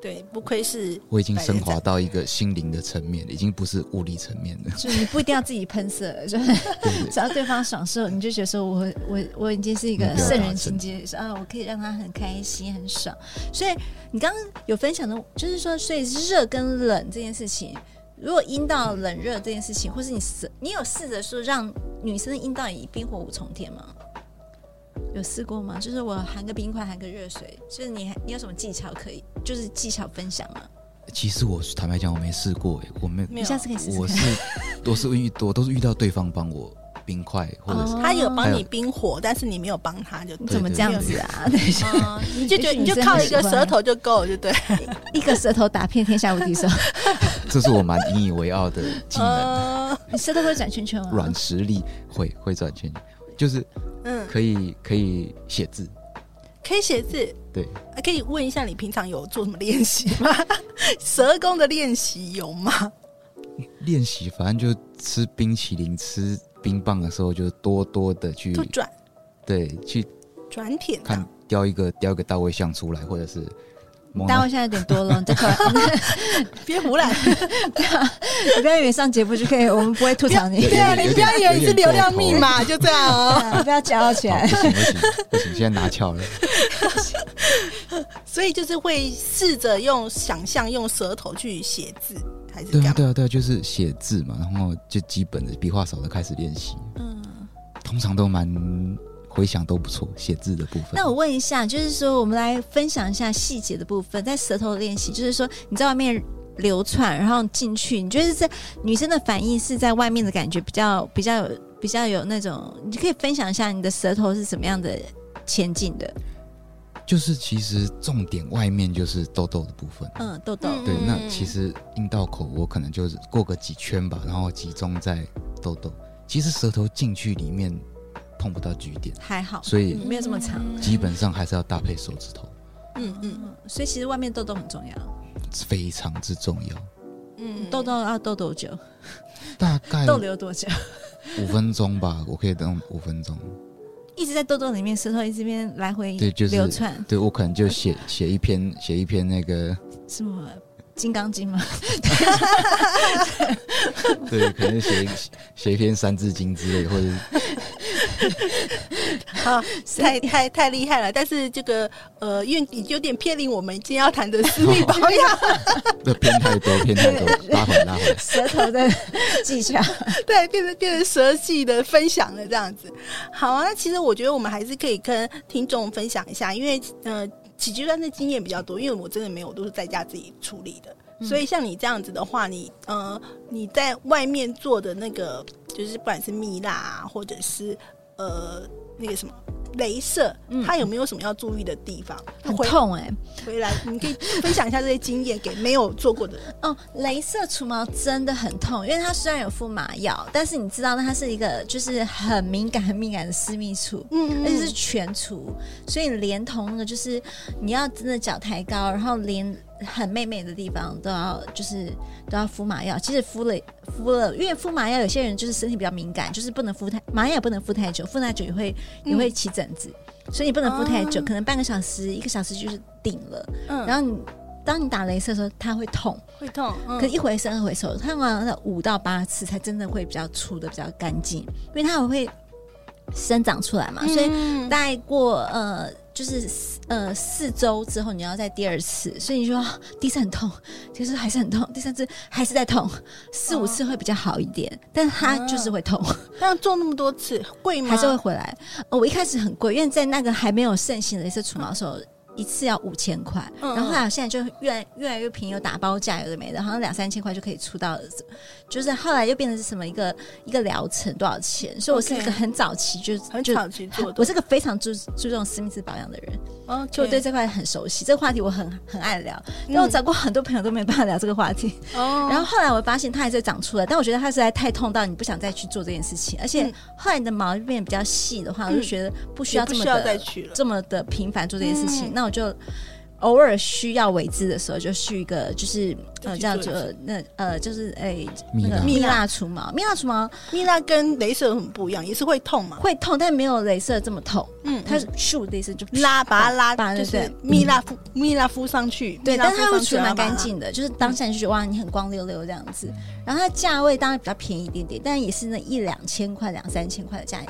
Speaker 4: 对，不愧是
Speaker 1: 我已经升华到一个心灵的层面，已经不是物理层面了。
Speaker 4: [laughs]
Speaker 3: 就你不一定要自己喷射，就是
Speaker 1: 对
Speaker 3: 只要对方爽受，你就觉得说我我我已经是一个
Speaker 1: 目标达
Speaker 3: 圣
Speaker 1: 成
Speaker 3: 人情节，说啊，我可以让他很开心很爽。所以你刚刚有分享的，就是说，所以热跟冷这件事情，如果阴道冷热这件事情，或是你试，你有试着说让女生的阴道也冰火五重天吗？有试过吗？就是我含个冰块，含个热水，就是你你有什么技巧可以，就是技巧分享吗？
Speaker 1: 其实我坦白讲，我没试过、欸，我没，
Speaker 4: 没
Speaker 3: 你
Speaker 4: 有
Speaker 3: 下次可以试试
Speaker 1: 我
Speaker 3: 看。
Speaker 1: 是
Speaker 3: [laughs]
Speaker 1: 我是遇我都是遇到对方帮我冰块或
Speaker 3: 哦
Speaker 1: 者是。
Speaker 4: 他有
Speaker 1: 还
Speaker 4: 帮
Speaker 1: 有
Speaker 4: 你冰火，但是你没有帮他就
Speaker 3: 你
Speaker 4: 对
Speaker 3: 怎么这样子啊？等一下，
Speaker 4: 啊，
Speaker 3: [laughs]
Speaker 4: 你就觉得
Speaker 3: 也许
Speaker 4: 你就
Speaker 3: 真的
Speaker 4: 靠一个
Speaker 3: 喜欢
Speaker 4: 舌头就够了，就对。
Speaker 3: 一个舌头打遍天下无敌手。
Speaker 1: 这是我蛮引以为傲的技
Speaker 3: 哦
Speaker 1: 能，
Speaker 4: 呃，
Speaker 3: 你舌头会转圈圈吗？
Speaker 1: 软实力会会转圈，就是
Speaker 4: 嗯，
Speaker 1: 可以可以写字，
Speaker 4: 可以写字。
Speaker 1: 对，
Speaker 4: 啊可以问一下，你平常有做什么练习吗？ [laughs] 舌功的练习有吗？
Speaker 1: 练习反正就吃冰淇淋、吃冰棒的时候，就多多的去
Speaker 4: 就转
Speaker 1: 对去
Speaker 4: 转舔啊
Speaker 1: 看雕一个雕一个大卫像出来，或者是蒙
Speaker 3: 大
Speaker 1: 娜
Speaker 3: 卫现在有点
Speaker 1: [laughs]
Speaker 3: 多了，你再快，
Speaker 4: 别胡来。
Speaker 3: 你不要以为上节目就可以，我们不会吐槽
Speaker 1: [laughs]
Speaker 3: 你
Speaker 1: 有，
Speaker 4: 对啊，
Speaker 1: 点
Speaker 4: 你不要以为你是流量密码，就这样哦。
Speaker 3: 不要骄傲起
Speaker 1: 好
Speaker 3: 来。
Speaker 1: 不行不行不行，现在拿翘了，
Speaker 4: 所以就是会试着用想象，用舌头去写字，还是这
Speaker 1: 对啊
Speaker 4: 样。
Speaker 1: 对啊对啊，就是写字嘛，然后就基本的笔画少的开始练习，
Speaker 3: 嗯，
Speaker 1: 通常都蛮回想都不错，写字的部分。
Speaker 3: 那我问一下，就是说，我们来分享一下细节的部分，在舌头的练习，就是说你在外面流窜，然后进去，你觉得这女生的反应是在外面的感觉比较比较有比较有那种，你可以分享一下你的舌头是怎么样的前进的？
Speaker 1: 就是其实重点外面就是痘痘的部分。
Speaker 3: 嗯，豆豆，
Speaker 4: 嗯
Speaker 1: 对，那其实阴道口我可能就是过个几圈吧，然后集中在痘痘。其实舌头进去里面碰不到局点，
Speaker 3: 还好，
Speaker 1: 所以
Speaker 3: 嗯没有这么长。
Speaker 1: 基本上还是要搭配手指头，
Speaker 4: 嗯嗯
Speaker 3: 嗯，所以其实外面痘痘很重要，
Speaker 1: 非常之重要。
Speaker 4: 嗯，
Speaker 3: 痘痘要痘多久？
Speaker 1: 大概
Speaker 3: 逗留多久？ [laughs]
Speaker 1: 五分钟吧，我可以等五分钟。
Speaker 3: 一直在豆豆里面舌头一直边来回
Speaker 1: 对，就是
Speaker 3: 流窜，
Speaker 1: 对我可能就写写一篇，写一篇那个，
Speaker 3: 什么《金刚经》吗？ [laughs]
Speaker 1: 对，可能写 [laughs] 写一篇《三字经》之类，或者
Speaker 3: [laughs]
Speaker 4: 好，太啊太太厉害了。但是这个呃，因为你有点偏离我们今天要谈的私
Speaker 3: 哦
Speaker 4: 密保养， [laughs]
Speaker 1: 那偏呃太多，偏太多，拉回来拉回来。
Speaker 3: 舌头的 [laughs] 技巧。
Speaker 4: 对，变成变成舌系的分享了这样子。好啊，那其实我觉得我们还是可以跟听众分享一下，因为呃，起居端的经验比较多，因为我真的没有，都是在家自己处理的。
Speaker 3: 嗯
Speaker 4: 所以像你这样子的话，你呃你在外面做的那个，就是不管是蜜蜡啊，或者是呃那个什么镭射，
Speaker 3: 嗯
Speaker 4: 它有没有什么要注意的地方？
Speaker 3: 很
Speaker 4: 回
Speaker 3: 痛哎、
Speaker 4: 回来，你可以分享一下这些经验给没有做过的人。
Speaker 3: 哦，镭射除毛真的很痛，因为它虽然有敷麻药，但是你知道，它是一个就是很敏感、很敏感的私密处，
Speaker 4: 嗯
Speaker 3: 而且是全除，所以连同那个就是你要真的脚抬高，然后连很妹妹的地方都要就是都要敷麻药。其实敷了敷了，因为敷麻药有些人就是身体比较敏感，就是不能敷太麻药也不能敷太久，敷太久也会也会起疹子，所以你不能敷太久，
Speaker 4: 嗯哦
Speaker 3: 可能半个小时、一个小时就是顶了。
Speaker 4: 嗯
Speaker 3: 然后你当你打镭射的时候，它会痛。
Speaker 4: 会痛，嗯
Speaker 3: 可一回生二回熟，看完了五到八次才真的会比较粗的比较干净，因为它还会生长出来嘛，所以
Speaker 4: 嗯
Speaker 3: 大概过呃就是四呃四周之后你要再第二次，所以你说啊第一次很痛，第二次还是很痛，第三次还是在痛，四五次会比较好一点，但它就是会痛，
Speaker 4: 但做那么多次贵吗？
Speaker 3: 还是会回来。呃我一开始很贵，因为在那个还没有盛行的一次除毛的时候。一次要五千块，
Speaker 4: 嗯
Speaker 3: 然后后来现在就越来越来越便宜，有打包价，有的没的，好像两三千块就可以出到，就是后来又变成是什么一个一个疗程多少钱？所以我是
Speaker 4: OK
Speaker 3: 一个很早期就
Speaker 4: 很
Speaker 3: 就
Speaker 4: 早期做的
Speaker 3: 啊我，是个非常注注重私密私保养的人，
Speaker 4: 嗯，
Speaker 3: 就我对这块很熟悉，这个话题我很很爱聊，但我找过很多朋友都没办法聊这个话题。
Speaker 4: 哦，
Speaker 3: 然后后来我发现它还是长出来，但我觉得它实在太痛到你不想再去做这件事情，而且
Speaker 4: 嗯
Speaker 3: 后来你的毛就变得比较细的
Speaker 4: 嗯
Speaker 3: 话，我就觉得不需
Speaker 4: 也
Speaker 3: 要
Speaker 4: 不
Speaker 3: 这么
Speaker 4: 需要再
Speaker 3: 的
Speaker 4: 去了。
Speaker 3: 这么的频繁做这件事情，
Speaker 4: 嗯
Speaker 3: 那我就。偶尔需要为之的时候，就去一个就是呃
Speaker 4: 就
Speaker 3: 叫
Speaker 4: 去
Speaker 3: 做
Speaker 4: 做一
Speaker 3: 那呃就是诶、
Speaker 1: 蜜
Speaker 3: 那个
Speaker 1: 蜡
Speaker 3: 蜜蜡除毛，蜜蜡除毛
Speaker 4: 蜜蜡跟镭射很不一样，也是会痛嘛。
Speaker 3: 会痛，但没有镭射这么痛。
Speaker 4: 嗯，
Speaker 3: 它是咻的意思就
Speaker 4: 拉把它
Speaker 3: 把
Speaker 4: 拉，就
Speaker 3: 对不对
Speaker 4: 是蜜蜡敷蜜蜡敷上去，
Speaker 3: 对，
Speaker 4: 蜜蜡
Speaker 3: 但
Speaker 4: 敷
Speaker 3: 是它会
Speaker 4: 上去
Speaker 3: 除得蛮
Speaker 4: 然后把它嗯
Speaker 3: 干净的，就是当下你就觉得哇，你很光溜溜这样子。然后它价位当然比较便宜一点点，但也是那一两千块、两三千块的价，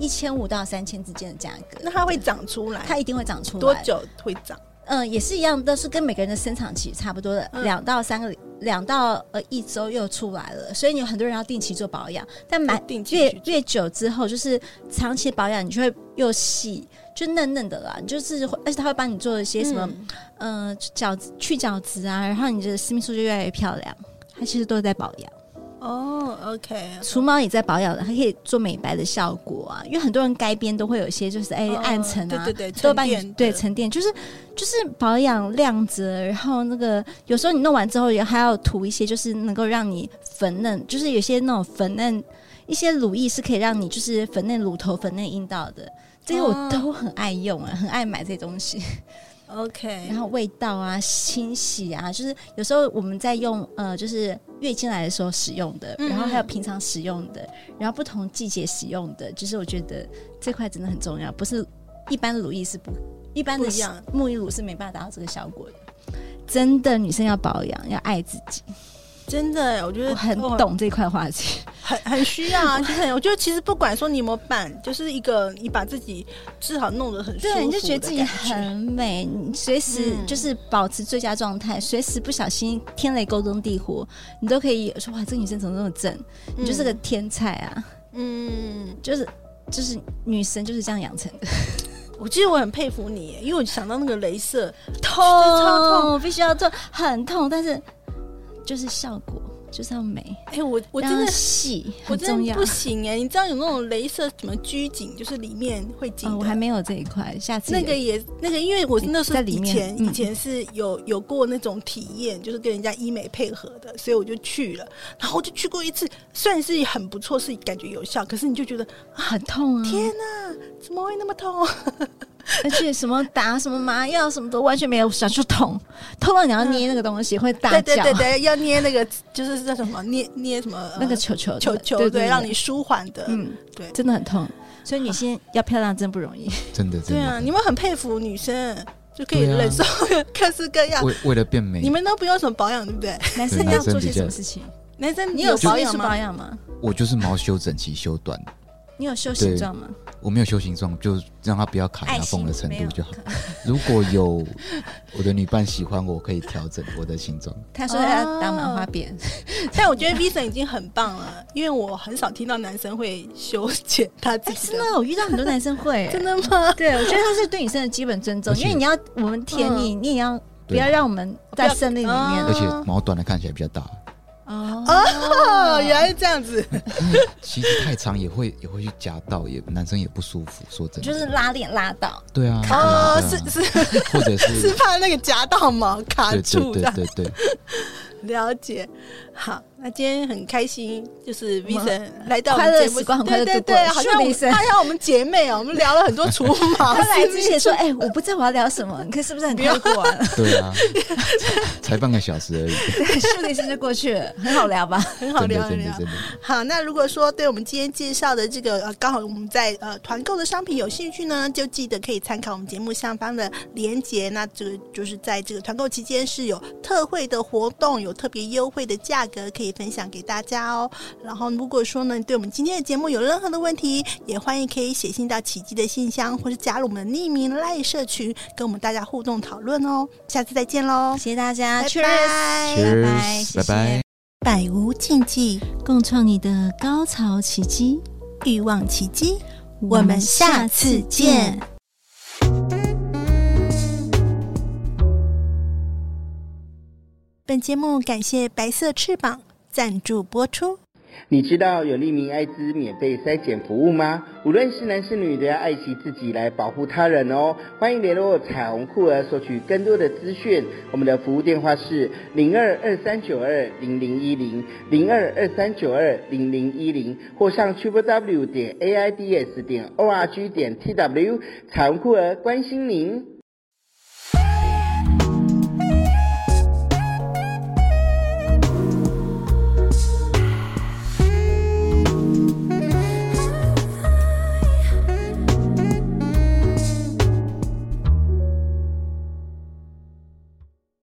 Speaker 3: 一千五到三千之间的价格。
Speaker 4: 那它会长出来，
Speaker 3: 它一定会长出来。
Speaker 4: 多？久会长？
Speaker 3: 嗯，也是一样，都是跟每个人的生长期差不多的，
Speaker 4: 嗯
Speaker 3: 两、到三个，两到呃一周又出来了。所以你有很多人要定期做保养，但蛮
Speaker 4: 定期
Speaker 3: 越
Speaker 4: 去做
Speaker 3: 越久之后，就是长期保养，你就会又细，就嫩嫩的啦。你就是会，而且它会帮你做一些什么。
Speaker 4: 嗯
Speaker 3: 嗯，角质去角质啊，然后你的私密处就越来越漂亮。它其实都在保养，
Speaker 4: 哦，OK，
Speaker 3: 除毛也在保养的，它可以做美白的效果啊。因为很多人该边都会有一些就是哎、
Speaker 4: 嗯
Speaker 3: 暗沉啊，
Speaker 4: 对对对
Speaker 3: 都
Speaker 4: 沉
Speaker 3: 帮你
Speaker 4: 淀的
Speaker 3: 对沉淀，就是就是保养亮泽，然后那个有时候你弄完之后也还要涂一些，就是能够让你粉嫩，就是有些那种粉嫩一些乳液是可以让你就是粉嫩乳头、粉嫩阴道的。这些我
Speaker 4: 哦
Speaker 3: 都很爱用啊，很爱买这些东西。
Speaker 4: OK，
Speaker 3: 然后味道啊、清洗啊，就是有时候我们在用呃，就是月经来的时候使用的，
Speaker 4: 嗯
Speaker 3: 然后还有平常使用的，然后不同季节使用的，就是我觉得这块真的很重要，不是一般乳液是不一般的
Speaker 4: 不一样
Speaker 3: 沐浴乳是没办法达到这个效果的。真的，女生要保养，要爱自己。
Speaker 4: 真的，我觉得
Speaker 3: 我很
Speaker 4: 哦
Speaker 3: 懂这块话题，
Speaker 4: 很很需要啊。其实很，我觉得其实不管说你有没有办，就是一个你把自己至少弄得很舒服的
Speaker 3: 对，
Speaker 4: 感，
Speaker 3: 你就觉得自己很美，你随时
Speaker 4: 嗯
Speaker 3: 就是保持最佳状态，随时不小心天雷勾动地火，你都可以说哇，这个女生怎么那么正？你就是个天才啊！
Speaker 4: 嗯。嗯
Speaker 3: 就是就是女生就是这样养成的，
Speaker 4: 我其实我很佩服你，因为我想到那个镭射，
Speaker 3: 痛
Speaker 4: 哦超
Speaker 3: 痛，必须要做，很痛，但是就是效果就是要美，
Speaker 4: 哎、我我
Speaker 3: 然
Speaker 4: 真
Speaker 3: 后
Speaker 4: 的
Speaker 3: 细
Speaker 4: 我
Speaker 3: 很重
Speaker 4: 真的
Speaker 3: 要
Speaker 4: 不。行哎、你知道有那种镭射什么拘谨，就是里面会紧
Speaker 3: 哦，
Speaker 4: 的、
Speaker 3: 我还没有这一块，下次
Speaker 4: 那个
Speaker 3: 有
Speaker 4: 也那个，因为我那时候
Speaker 3: 哎在里
Speaker 4: 以
Speaker 3: 面
Speaker 4: 前
Speaker 3: 嗯
Speaker 4: 以前是有有过那种体验，就是跟人家医美配合的，所以我就去了，然后我就去过一次，虽然是很不
Speaker 3: 嗯
Speaker 4: 错，是感觉有效，可是你就觉得
Speaker 3: 很痛啊！
Speaker 4: 天哪、怎么会那么痛？
Speaker 3: 而且什么打什么麻药什么都完全没有小书桶，偷到你要捏那个东西会大
Speaker 4: 嗯对
Speaker 3: 叫，
Speaker 4: 对对对，要捏那个就是叫什么捏捏什么、呃
Speaker 3: 那个球球的
Speaker 4: 球球，
Speaker 3: 对
Speaker 4: 对，让你舒缓的。
Speaker 3: 嗯
Speaker 4: 对
Speaker 3: 真的很痛。所以女性要漂亮真不容易，
Speaker 1: 真的真
Speaker 4: 对啊，
Speaker 1: 的。
Speaker 4: 你们很佩服女生，就可以
Speaker 1: 对啊
Speaker 4: 忍受 [laughs] 各式各样。
Speaker 1: 为为了变美
Speaker 4: 你，们都不用什么保养，对不对？ [laughs]
Speaker 3: 男生要做些什么事情？
Speaker 4: 男生
Speaker 3: 你有
Speaker 4: 保
Speaker 3: 做艺
Speaker 4: 养
Speaker 3: 术
Speaker 4: 吗
Speaker 3: 保？养吗？
Speaker 1: 我就是毛修整齐、修短，
Speaker 3: 你有修形状吗？
Speaker 1: 我没有修形状，就让它不要卡牙缝的程度就好。如果有我的女伴喜欢我，可以调整我的形状。
Speaker 3: 他说他要打麻花
Speaker 1: 哦
Speaker 3: 辫，
Speaker 4: 但我觉得 Vincent 已经很棒了，因为我很少听到男生会修剪他自
Speaker 3: 哎，
Speaker 4: 己
Speaker 3: 真
Speaker 4: 的。
Speaker 3: 的，我遇到很多男生 [laughs] 会，
Speaker 4: 真的吗？
Speaker 3: 对，我觉得他是对女生的基本尊重，
Speaker 1: 而且
Speaker 3: 因为你要我们舔你，你也要不
Speaker 1: 对
Speaker 3: 要让我们在森林里面
Speaker 4: 嗯
Speaker 1: 而且毛短的看起来比较大，
Speaker 4: 哦，原来是这样子。
Speaker 1: 其实太长也会也会去夹到，也男生也不舒服。说真的，
Speaker 3: [laughs] 就是拉链拉到，
Speaker 1: 对啊，对啊
Speaker 4: [laughs] 哦，
Speaker 1: 对啊
Speaker 4: 是是
Speaker 1: 或者
Speaker 4: 是
Speaker 1: 是
Speaker 4: 怕那个夹到毛卡
Speaker 1: 对
Speaker 4: 住
Speaker 1: 对
Speaker 4: 的
Speaker 1: 对。对对，
Speaker 4: 了解，好，那今天很开心，就是 v
Speaker 3: 我
Speaker 4: i
Speaker 3: 们
Speaker 4: s o n 来到我们
Speaker 3: 快乐
Speaker 4: 节目
Speaker 3: 时光很快就
Speaker 4: 对对
Speaker 3: 度过
Speaker 4: 对，
Speaker 3: 了
Speaker 4: 好
Speaker 3: 是
Speaker 4: 像
Speaker 3: 的
Speaker 4: 我们
Speaker 3: Vincent
Speaker 4: 好像我们姐妹哦，我们聊了很多厨房。
Speaker 3: 他来
Speaker 4: 是不
Speaker 3: 之
Speaker 4: 是
Speaker 3: 前 [laughs] 说：“哎，我不在，我要聊什么？”你看是不是很快就过完了？
Speaker 1: 对
Speaker 4: [laughs]
Speaker 1: 啊，才半个小时而已，
Speaker 3: [laughs] 对，咻的一声就过去了，很好聊吧？
Speaker 4: 很好
Speaker 1: 真
Speaker 4: 聊
Speaker 1: 的
Speaker 4: 很
Speaker 1: 真
Speaker 4: 聊
Speaker 1: 的。真的。
Speaker 4: 好，那如果说对我们今天介绍的这个呃，刚好我们在呃团购的商品有兴趣呢，就记得可以参考我们节目下方的连结。那这个就是在这个团购期间是有特惠的活动，有特别优惠的价格可以分享给大家哦。然后如果说呢，你对我们今天的节目有任何的问题，也欢迎可以写信到奇迹的信箱，或是加入我们的匿名赖社群，跟我们大家互动讨论哦。下次再见喽，
Speaker 3: [laughs] 谢谢大家
Speaker 4: 拜
Speaker 3: ，Cheers，
Speaker 4: 拜
Speaker 3: 拜拜
Speaker 1: Cheers，
Speaker 3: 谢
Speaker 1: 拜
Speaker 3: 谢
Speaker 1: 拜。
Speaker 4: 百无禁忌，
Speaker 3: 共创你的高潮奇迹。
Speaker 4: 欲望奇迹。
Speaker 3: 我们下次见。
Speaker 4: 本节目感谢白色翅膀赞助播出。
Speaker 5: 你知道有利民艾滋免费筛检服务吗？无论是男是女，都要爱惜自己来保护他人哦。欢迎联络彩虹酷儿索取更多的资讯。我们的服务电话是零二二三九二零零一零零二二三九二零零一零，或上 triple w 点 aids 点 org 点 tw。彩虹酷儿关心您。